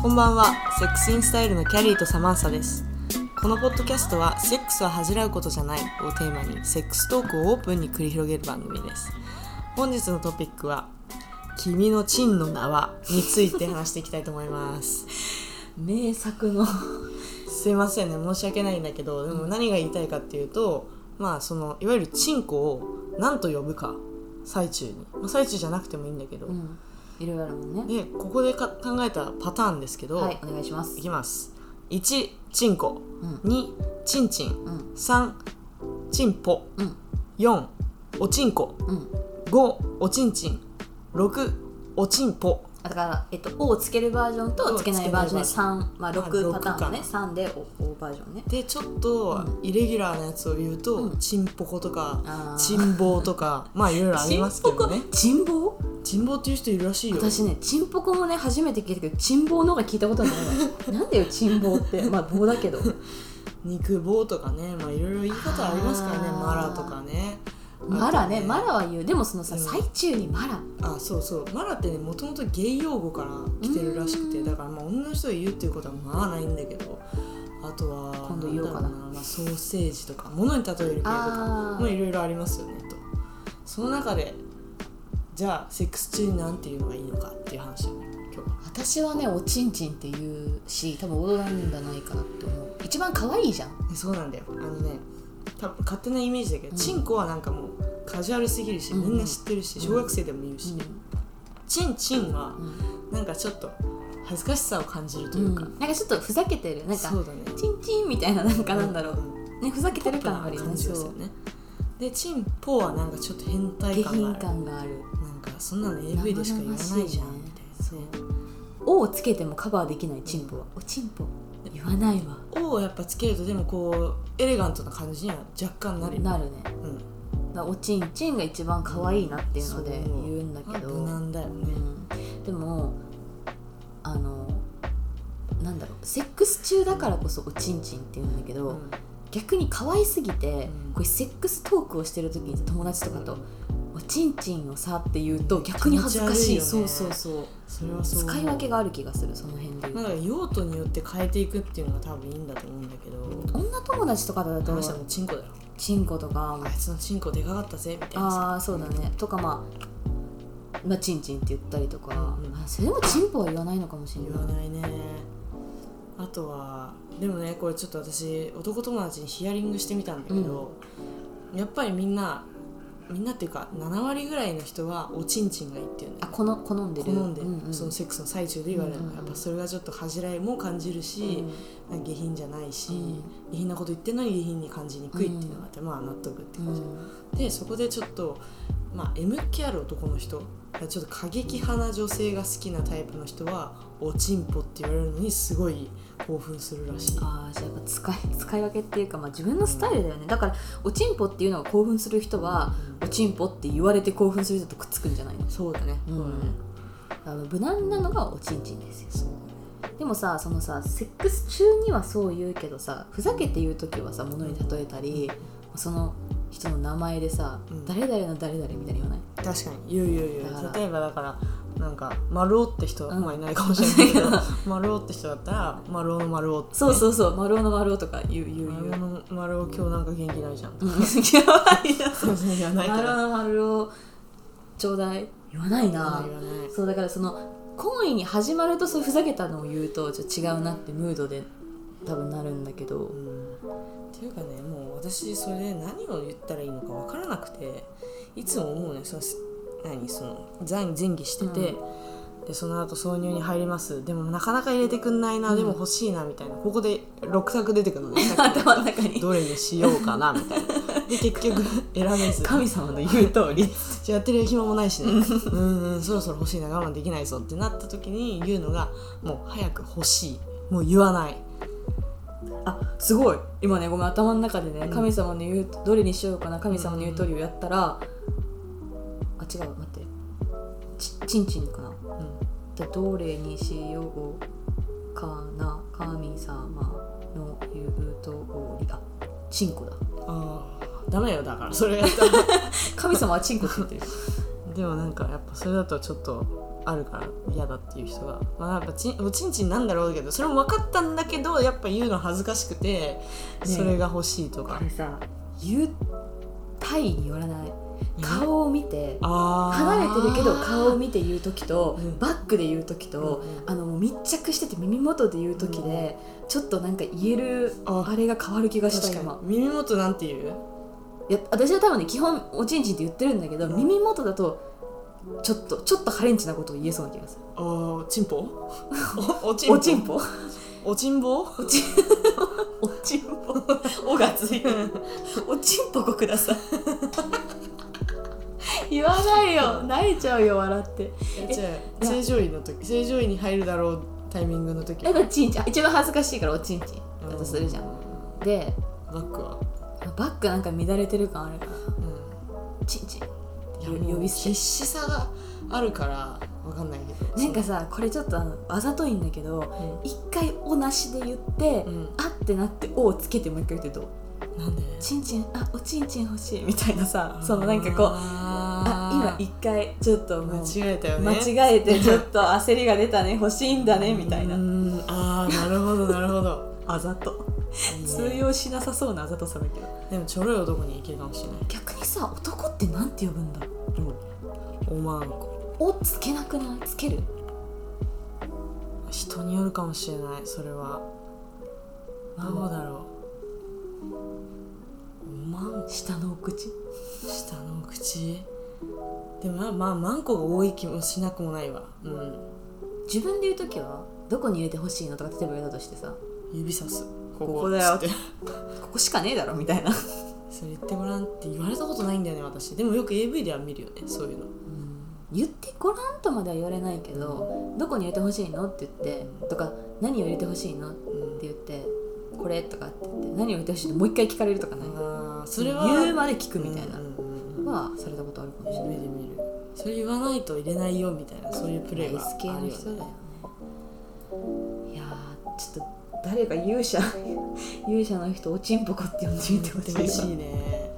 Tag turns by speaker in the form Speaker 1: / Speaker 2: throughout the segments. Speaker 1: こんばんは、セックスインスタイルのキャリーとサマンサです。このポッドキャストは、セックスは恥じらうことじゃないをテーマに、セックストークをオープンに繰り広げる番組です。本日のトピックは、君のチンの名はについて話していきたいと思います。
Speaker 2: 名作の
Speaker 1: すいませんね、申し訳ないんだけど、でも何が言いたいかっていうと、まあ、その、いわゆるチンコを何と呼ぶか、最中に。まあ、最中じゃなくてもいいんだけど。
Speaker 2: んいろいろあるもんね
Speaker 1: で、ここでか考えたパターンですけど、
Speaker 2: はいお願いします
Speaker 1: いきます1チンコ
Speaker 2: うん
Speaker 1: 2チンチン
Speaker 2: うん
Speaker 1: 3チンポ
Speaker 2: うん
Speaker 1: 4おちんこ
Speaker 2: うん
Speaker 1: 5おちんちん6おちんぽ
Speaker 2: あだから、えっと、O をつけるバージョンとつけないバージョンで
Speaker 1: つ
Speaker 2: 3、まあ、
Speaker 1: あ
Speaker 2: 6
Speaker 1: 六
Speaker 2: パターンだね
Speaker 1: か
Speaker 2: 3で O, O バージョンね
Speaker 1: でちょっと
Speaker 2: う
Speaker 1: イレギュラーなやつを言うと、
Speaker 2: うん
Speaker 1: チンポコとか
Speaker 2: あー
Speaker 1: チンボウとかまあいろいろありますけど ね
Speaker 2: チンボウ
Speaker 1: チンボウっていう人いるらしいよ
Speaker 2: 私ねチンポコもね初めて聞いたけどチンボウの方が聞いたことない わなんだよチンボウってまあ棒だけ ど
Speaker 1: 肉棒とかねまあいろいろ言い方ありますからね
Speaker 2: あー
Speaker 1: マラとかね
Speaker 2: マラね
Speaker 1: あと
Speaker 2: マラは言うでもそのさ、
Speaker 1: うん
Speaker 2: 最中にマラ
Speaker 1: あそうそうマラってねもともとゲイ用語から来てるらしくて
Speaker 2: うん
Speaker 1: だからまあ女の人が言うっていうことはまあないんだけどあとは
Speaker 2: 今度
Speaker 1: ん
Speaker 2: 言おうかな
Speaker 1: まあ、ソーセージとか物に例える系とか
Speaker 2: あ
Speaker 1: もいろいろありますよねとその中でじゃあセックス中になんていうのがいいのかっていう話をね今日は
Speaker 2: 私はねおちんちんって言うし多分王道なんじゃないかなって思う一番可愛いじゃん
Speaker 1: でそうなんだよあのね多分勝手なイメージだけど、
Speaker 2: うん
Speaker 1: チンコはなんかもうカジュアルすぎるし
Speaker 2: うん
Speaker 1: みんな知ってるし、
Speaker 2: うん
Speaker 1: 小学生でも言うし、チンチンはなんかちょっと恥ずかしさを感じるというか、
Speaker 2: うんなんかちょっとふざけてるなんか
Speaker 1: そうだね
Speaker 2: チンチンみたいななんかなんだろう、
Speaker 1: ん
Speaker 2: ねふざけてる感あるよ
Speaker 1: 感
Speaker 2: ね
Speaker 1: じ
Speaker 2: そ
Speaker 1: ですよ
Speaker 2: う
Speaker 1: ねでチンポはなんかちょっと変態感
Speaker 2: 下
Speaker 1: があ
Speaker 2: 品
Speaker 1: る
Speaker 2: 感がある
Speaker 1: なんかそんなの AV でしか言わないじゃんみたいな
Speaker 2: そう「お」をつけてもカバーできないチンポは「おチンポ」言わないわ
Speaker 1: 「お」をやっぱつけるとでもこうエレガントな感じには若干なるよね
Speaker 2: なるねだか
Speaker 1: うん
Speaker 2: らおちんちんが一番可愛いなっていうので
Speaker 1: そ
Speaker 2: 言うんだけど、
Speaker 1: まあ無難だよ
Speaker 2: う
Speaker 1: ね、
Speaker 2: ん、でもあのなんだろうセックス中だからこそおちんちんって言うんだけど、
Speaker 1: うん
Speaker 2: 逆に可愛すぎて、
Speaker 1: うん
Speaker 2: これセックストークをしてる時に友達とかと「おちんちんをさ」って言うと逆に恥ずかしい
Speaker 1: 気持ち悪い
Speaker 2: そ
Speaker 1: よ
Speaker 2: う
Speaker 1: ね
Speaker 2: そうそう
Speaker 1: それはそう
Speaker 2: 使い分け
Speaker 1: が
Speaker 2: がある気がするその辺で言う
Speaker 1: なん
Speaker 2: と
Speaker 1: か用途によって変えていくっていうのが多分いいんだと思うんだけど
Speaker 2: 女友達とかだと
Speaker 1: 話したのチンコだろ
Speaker 2: チンコとか
Speaker 1: あいつのチンコでかかったぜみたいなさ
Speaker 2: ああそうだねとかまあまあチンチンって言ったりとか、
Speaker 1: うん
Speaker 2: あそれでもチンポは言わないのかもしれ
Speaker 1: 言
Speaker 2: ない
Speaker 1: わないねあとはでもねこれちょっと私男友達にヒアリングしてみたんだけど、やっぱりみんなみんなっていうか7割ぐらいの人はおちんちんがいいっていうね
Speaker 2: あこの好んでる
Speaker 1: 好んで、
Speaker 2: うんうん
Speaker 1: そのセックスの最中で言われるの、
Speaker 2: うんうん
Speaker 1: やっぱそれがちょっと恥じらいも感じるし、なんか下品じゃないし、
Speaker 2: うん
Speaker 1: 下品なこと言ってるのに下品に感じにくいっていうのがあって、まあ納得って
Speaker 2: うん
Speaker 1: 感じ、でそこでちょっと、まあ、MK る男の人ちょっと過激派な女性が好きなタイプの人はおちんぽって言われるのにすごい興奮するらしい
Speaker 2: あーじゃあやっぱ使い 使い分けっていうか、まあ、自分のスタイルだよねだからおちんぽっていうのが興奮する人はおちんぽって言われて興奮する人とくっつくんじゃないの
Speaker 1: そうだね、
Speaker 2: うん
Speaker 1: そうだね
Speaker 2: あの無難なのがおちんちんですよ
Speaker 1: そう
Speaker 2: でもさそのさセックス中にはそう言うけどさふざけて言う時はさものに例えたりその人の名前でさ、
Speaker 1: うん
Speaker 2: 誰々の誰々みたいに言わない
Speaker 1: 確かに言う言う言
Speaker 2: だか
Speaker 1: う
Speaker 2: ら
Speaker 1: 例えばだからなんか丸尾って人は、
Speaker 2: うん
Speaker 1: まあいないかもしれないけど 丸尾って人だったら丸尾の丸尾ってね、
Speaker 2: そうそうそう丸尾の丸尾とか言う言う
Speaker 1: 丸尾
Speaker 2: 言う
Speaker 1: の丸尾今日なんか元気ないじゃん
Speaker 2: うんやばいな
Speaker 1: そうそう言わないか
Speaker 2: 丸尾
Speaker 1: ら
Speaker 2: の丸尾ちょうだい言わない
Speaker 1: 言わ
Speaker 2: な
Speaker 1: ない言わない
Speaker 2: そうだからその懇意に始まるとそうふざけたのを言うとちょっと違うなってムードで多分なるんだけど
Speaker 1: うんっていうかねもう私それで何を言ったらいいのか分からなくていつも思うねそのす何その前前儀してて、でその後挿入に入りますでもなかなか入れてくんないな、
Speaker 2: うん
Speaker 1: でも欲しいなみたいなここで6作出てくるの ねさっき
Speaker 2: 頭の中に
Speaker 1: どれにしようかなみたいな で結局選べず
Speaker 2: 神様の言う通り
Speaker 1: じゃあやってる暇もないしねうんうんそろそろ欲しいな我慢できないぞってなった時に言うのがもう早く欲しいもう言わない
Speaker 2: あすごい今ねごめん頭の中でね、
Speaker 1: ん
Speaker 2: 神様の言うどれにしようかな神様の言う通りをやったら、あ違う待ってちちんちんかな
Speaker 1: うん
Speaker 2: でどれにしようかな神様の言う通りあチンコだ
Speaker 1: ああダメよだからそれやったら
Speaker 2: 神様はチンコって言ってる
Speaker 1: でもなんかやっぱそれだとちょっとあるから嫌だっていう人が、まあ、やっぱちんおちんちんなんだろうけどそれも分かったんだけどやっぱ言うの恥ずかしくてそれが欲しいと か、
Speaker 2: これさ言う体によらない顔を見て
Speaker 1: あー
Speaker 2: 離れてるけど顔を見て言う時と
Speaker 1: うん
Speaker 2: バックで言う時と
Speaker 1: うん
Speaker 2: あのもう密着してて耳元で言う時でちょっとなんか言える
Speaker 1: あ
Speaker 2: あれが変わる気がした
Speaker 1: 確か
Speaker 2: 今
Speaker 1: に耳元なんて言う
Speaker 2: いや私は多分ね基本おちんちんって言ってるんだけど耳元だとちょっとちょっとハレンチなことを言えそうな気がする
Speaker 1: おちんぽ おおちんぽ
Speaker 2: おちんぽ
Speaker 1: おちんぼ
Speaker 2: おちおちんぽおがついてるおちんぽこください 言わないよ泣いちゃうよ笑って
Speaker 1: えじゃあ正常位の時正常位に入るだろうタイミングの時
Speaker 2: だからちんちんあ一番恥ずかしいからおちんちんだとするじゃん、
Speaker 1: ん
Speaker 2: で
Speaker 1: バックは、
Speaker 2: バックなんか乱れてる感あるから
Speaker 1: う
Speaker 2: ちんちん
Speaker 1: ん、
Speaker 2: よ呼び捨て
Speaker 1: 必死さがあるからわかんないけど
Speaker 2: なんかさこれちょっとあのあざといんだけど一回「お」なしで言って「
Speaker 1: うん
Speaker 2: あ」ってなって「お」をつけてもう一回言ってどう
Speaker 1: なんで
Speaker 2: 「ちんちんあおちんちん欲しい」みたいなさそのなんかこう「あ
Speaker 1: あー
Speaker 2: 今一回ちょっともう
Speaker 1: 間違えたよね
Speaker 2: 間違えてちょっと焦りが出たね欲しいんだね」みたいうなん
Speaker 1: あーなるほどなるほ ど
Speaker 2: あざと
Speaker 1: いいね
Speaker 2: 通用しなさそうなあざとさだけど
Speaker 1: でもちょろい男にいけるかもしれない
Speaker 2: 逆にさ男ってなんて呼ぶんだ
Speaker 1: おまんこ
Speaker 2: 「お」つけなくないつける
Speaker 1: 人によるかもしれないそれはどうだろうおまん
Speaker 2: 下のお口
Speaker 1: 下の口でもまあまあまんこが多い気もしなくもないわうん
Speaker 2: 自分で言う時はどこに入れてほしいのとか例えば言われたとしてさ
Speaker 1: 指さすこ
Speaker 2: ここだよ
Speaker 1: つって
Speaker 2: ここしかねえだろみたいな、
Speaker 1: それ言ってごらんって言われたことないんだよね私でもよく AV では見るよねそういうの
Speaker 2: 言ってごらんとまでは言われないけどどこに入れてほしいのって言ってとか何を入れてほしいのって
Speaker 1: うん
Speaker 2: 言ってこれとかって言って何を入れてほしいのもう一回聞かれるとかない
Speaker 1: あーそれは
Speaker 2: 言うまで聞くみたいな
Speaker 1: うんうんうんうん
Speaker 2: はされたことあるかもしれない
Speaker 1: 見る見るそれ言わないと入れないよみたいなそういうプレーが
Speaker 2: S 系
Speaker 1: あ
Speaker 2: の
Speaker 1: るよ
Speaker 2: 人だよ
Speaker 1: ね
Speaker 2: ねいやーちょっと誰か勇者 勇者の人おちんぽこって呼んでみてほしい
Speaker 1: 嬉しいね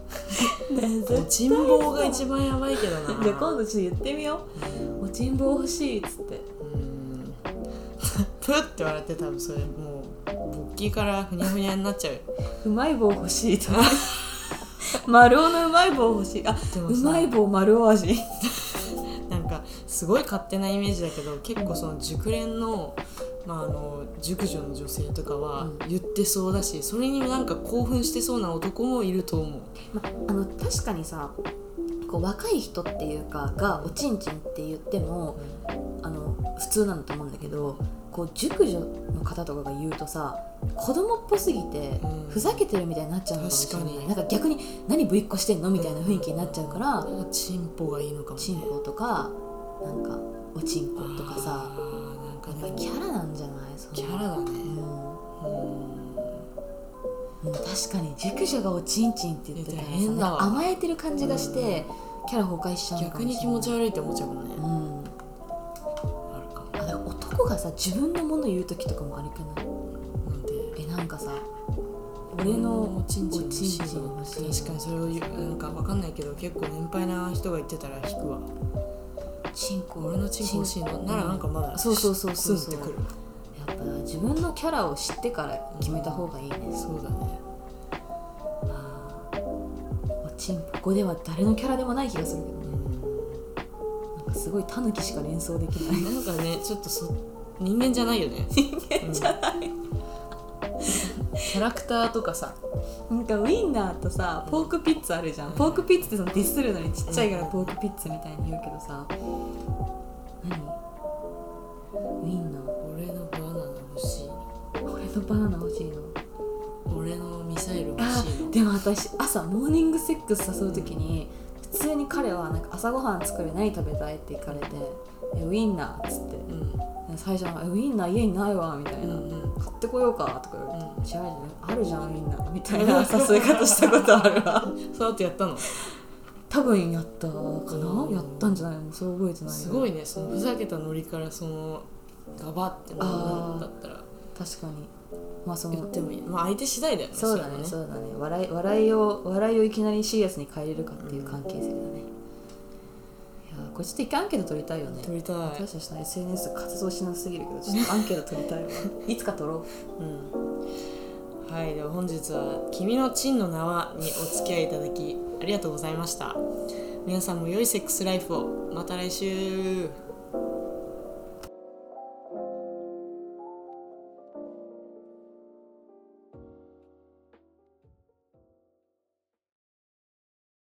Speaker 1: おちんぼうが一番やばいけどな
Speaker 2: じゃあ今度ちょっと言ってみようおちんぼ欲しいっつって
Speaker 1: うんプッて笑って多分それもう勃起からふにゃふにゃになっちゃうよ
Speaker 2: うまい棒欲しいと丸尾のうまい棒欲しいあ
Speaker 1: でも
Speaker 2: う
Speaker 1: さ
Speaker 2: まい棒丸尾味
Speaker 1: なんかすごい勝手なイメージだけど結構その熟練の,、まあ、あの熟女の女性とかは
Speaker 2: うん
Speaker 1: 言ってそうだしそれになんか興奮してそうな男もいると思う
Speaker 2: まあの確かにさこう若い人っていうかがおちんちんって言ってもあの普通なんだと思うんだけどこう熟女の方とかが言うとさ子供っぽすぎて
Speaker 1: うん
Speaker 2: ふざけてるみたいになっちゃうのかもしれな
Speaker 1: 確か
Speaker 2: い
Speaker 1: に
Speaker 2: なんか逆に何ぶいっこしてんのみたいな雰囲気になっちゃうから
Speaker 1: チンポがいいのかも、ね、
Speaker 2: ちんぽとかなんかおちんことかさ
Speaker 1: あーなんか
Speaker 2: やっ
Speaker 1: で
Speaker 2: ぱり
Speaker 1: も
Speaker 2: キャラなんじゃないその
Speaker 1: キャラだね
Speaker 2: うんもう確かに熟女がおちんちんって言ってたらさ
Speaker 1: いや変だわ
Speaker 2: 甘えてる感じがしてキャラ崩壊しちゃうの
Speaker 1: 逆
Speaker 2: かもしれな
Speaker 1: に
Speaker 2: い
Speaker 1: 気持ち悪いって思っちゃうかもね、
Speaker 2: うん
Speaker 1: あるか
Speaker 2: あだから男がさ自分のもの言う時とかもあれかない
Speaker 1: もなんで
Speaker 2: えなんかさ俺の
Speaker 1: おちんちん
Speaker 2: お
Speaker 1: 欲
Speaker 2: ち
Speaker 1: し
Speaker 2: ん
Speaker 1: い
Speaker 2: ちん欲しい
Speaker 1: 確かにそれを言うなんかわかんないけど結構年配な人が言ってたら引くわ
Speaker 2: チンコ
Speaker 1: 俺のチンコ欲しいのならなんかまだ
Speaker 2: そうそうそうそう
Speaker 1: スンってくる
Speaker 2: やっぱ自分のキャラを知ってから決めた方がいいね、
Speaker 1: そうだね
Speaker 2: あーおちんここでは誰のキャラでもない気がするけどねなんかすごいタヌキしか連想できない
Speaker 1: なんかねちょっとそ人間じゃないよね人間じゃない、キャラクターとかさ
Speaker 2: なんかウインナーとさポークピッツあるじゃんポークピッツってそのディスるのにちっちゃいからポークピッツみたいに言うけどさ何ウインナー
Speaker 1: 俺のバナナ欲しい
Speaker 2: 俺のバナナ欲しいの
Speaker 1: 俺のミサイル欲
Speaker 2: あ
Speaker 1: しいの
Speaker 2: でも私朝モーニングセックス誘う時に普通に彼はなんか朝ごはん作る何食べたいって聞かれてえウインナーっつって最初はえウインナー家にないわみたい
Speaker 1: うんう
Speaker 2: な、
Speaker 1: んうん
Speaker 2: 買ってこようかとか言われて、
Speaker 1: うん
Speaker 2: 違うじゃんあるじゃんウインナーみたいな誘い方したことあるわ
Speaker 1: そうやってやったの
Speaker 2: 多分やったかな
Speaker 1: うん
Speaker 2: やったんじゃないもうそれ覚えてないよ
Speaker 1: すごいねそのふざけたノリからそのガバってなるんだったら
Speaker 2: 確かにまあそ
Speaker 1: 言
Speaker 2: の
Speaker 1: ってもいいまあ相手次第だよね
Speaker 2: そうだね
Speaker 1: そ
Speaker 2: そ
Speaker 1: れは
Speaker 2: うだね笑い笑いを笑いをいきなりシリアスに変えれるかっていう関係性だね、いやこれちょっと一回アンケート取りたいよね
Speaker 1: 取りたい
Speaker 2: 私たちの SNS 活動しなすぎるけどちょっとアンケート取りた いわいつか取ろ
Speaker 1: うんはいでは本日は「君のチンの名は」にお付き合いいただきありがとうございました皆さんも良いセックスライフをまた来週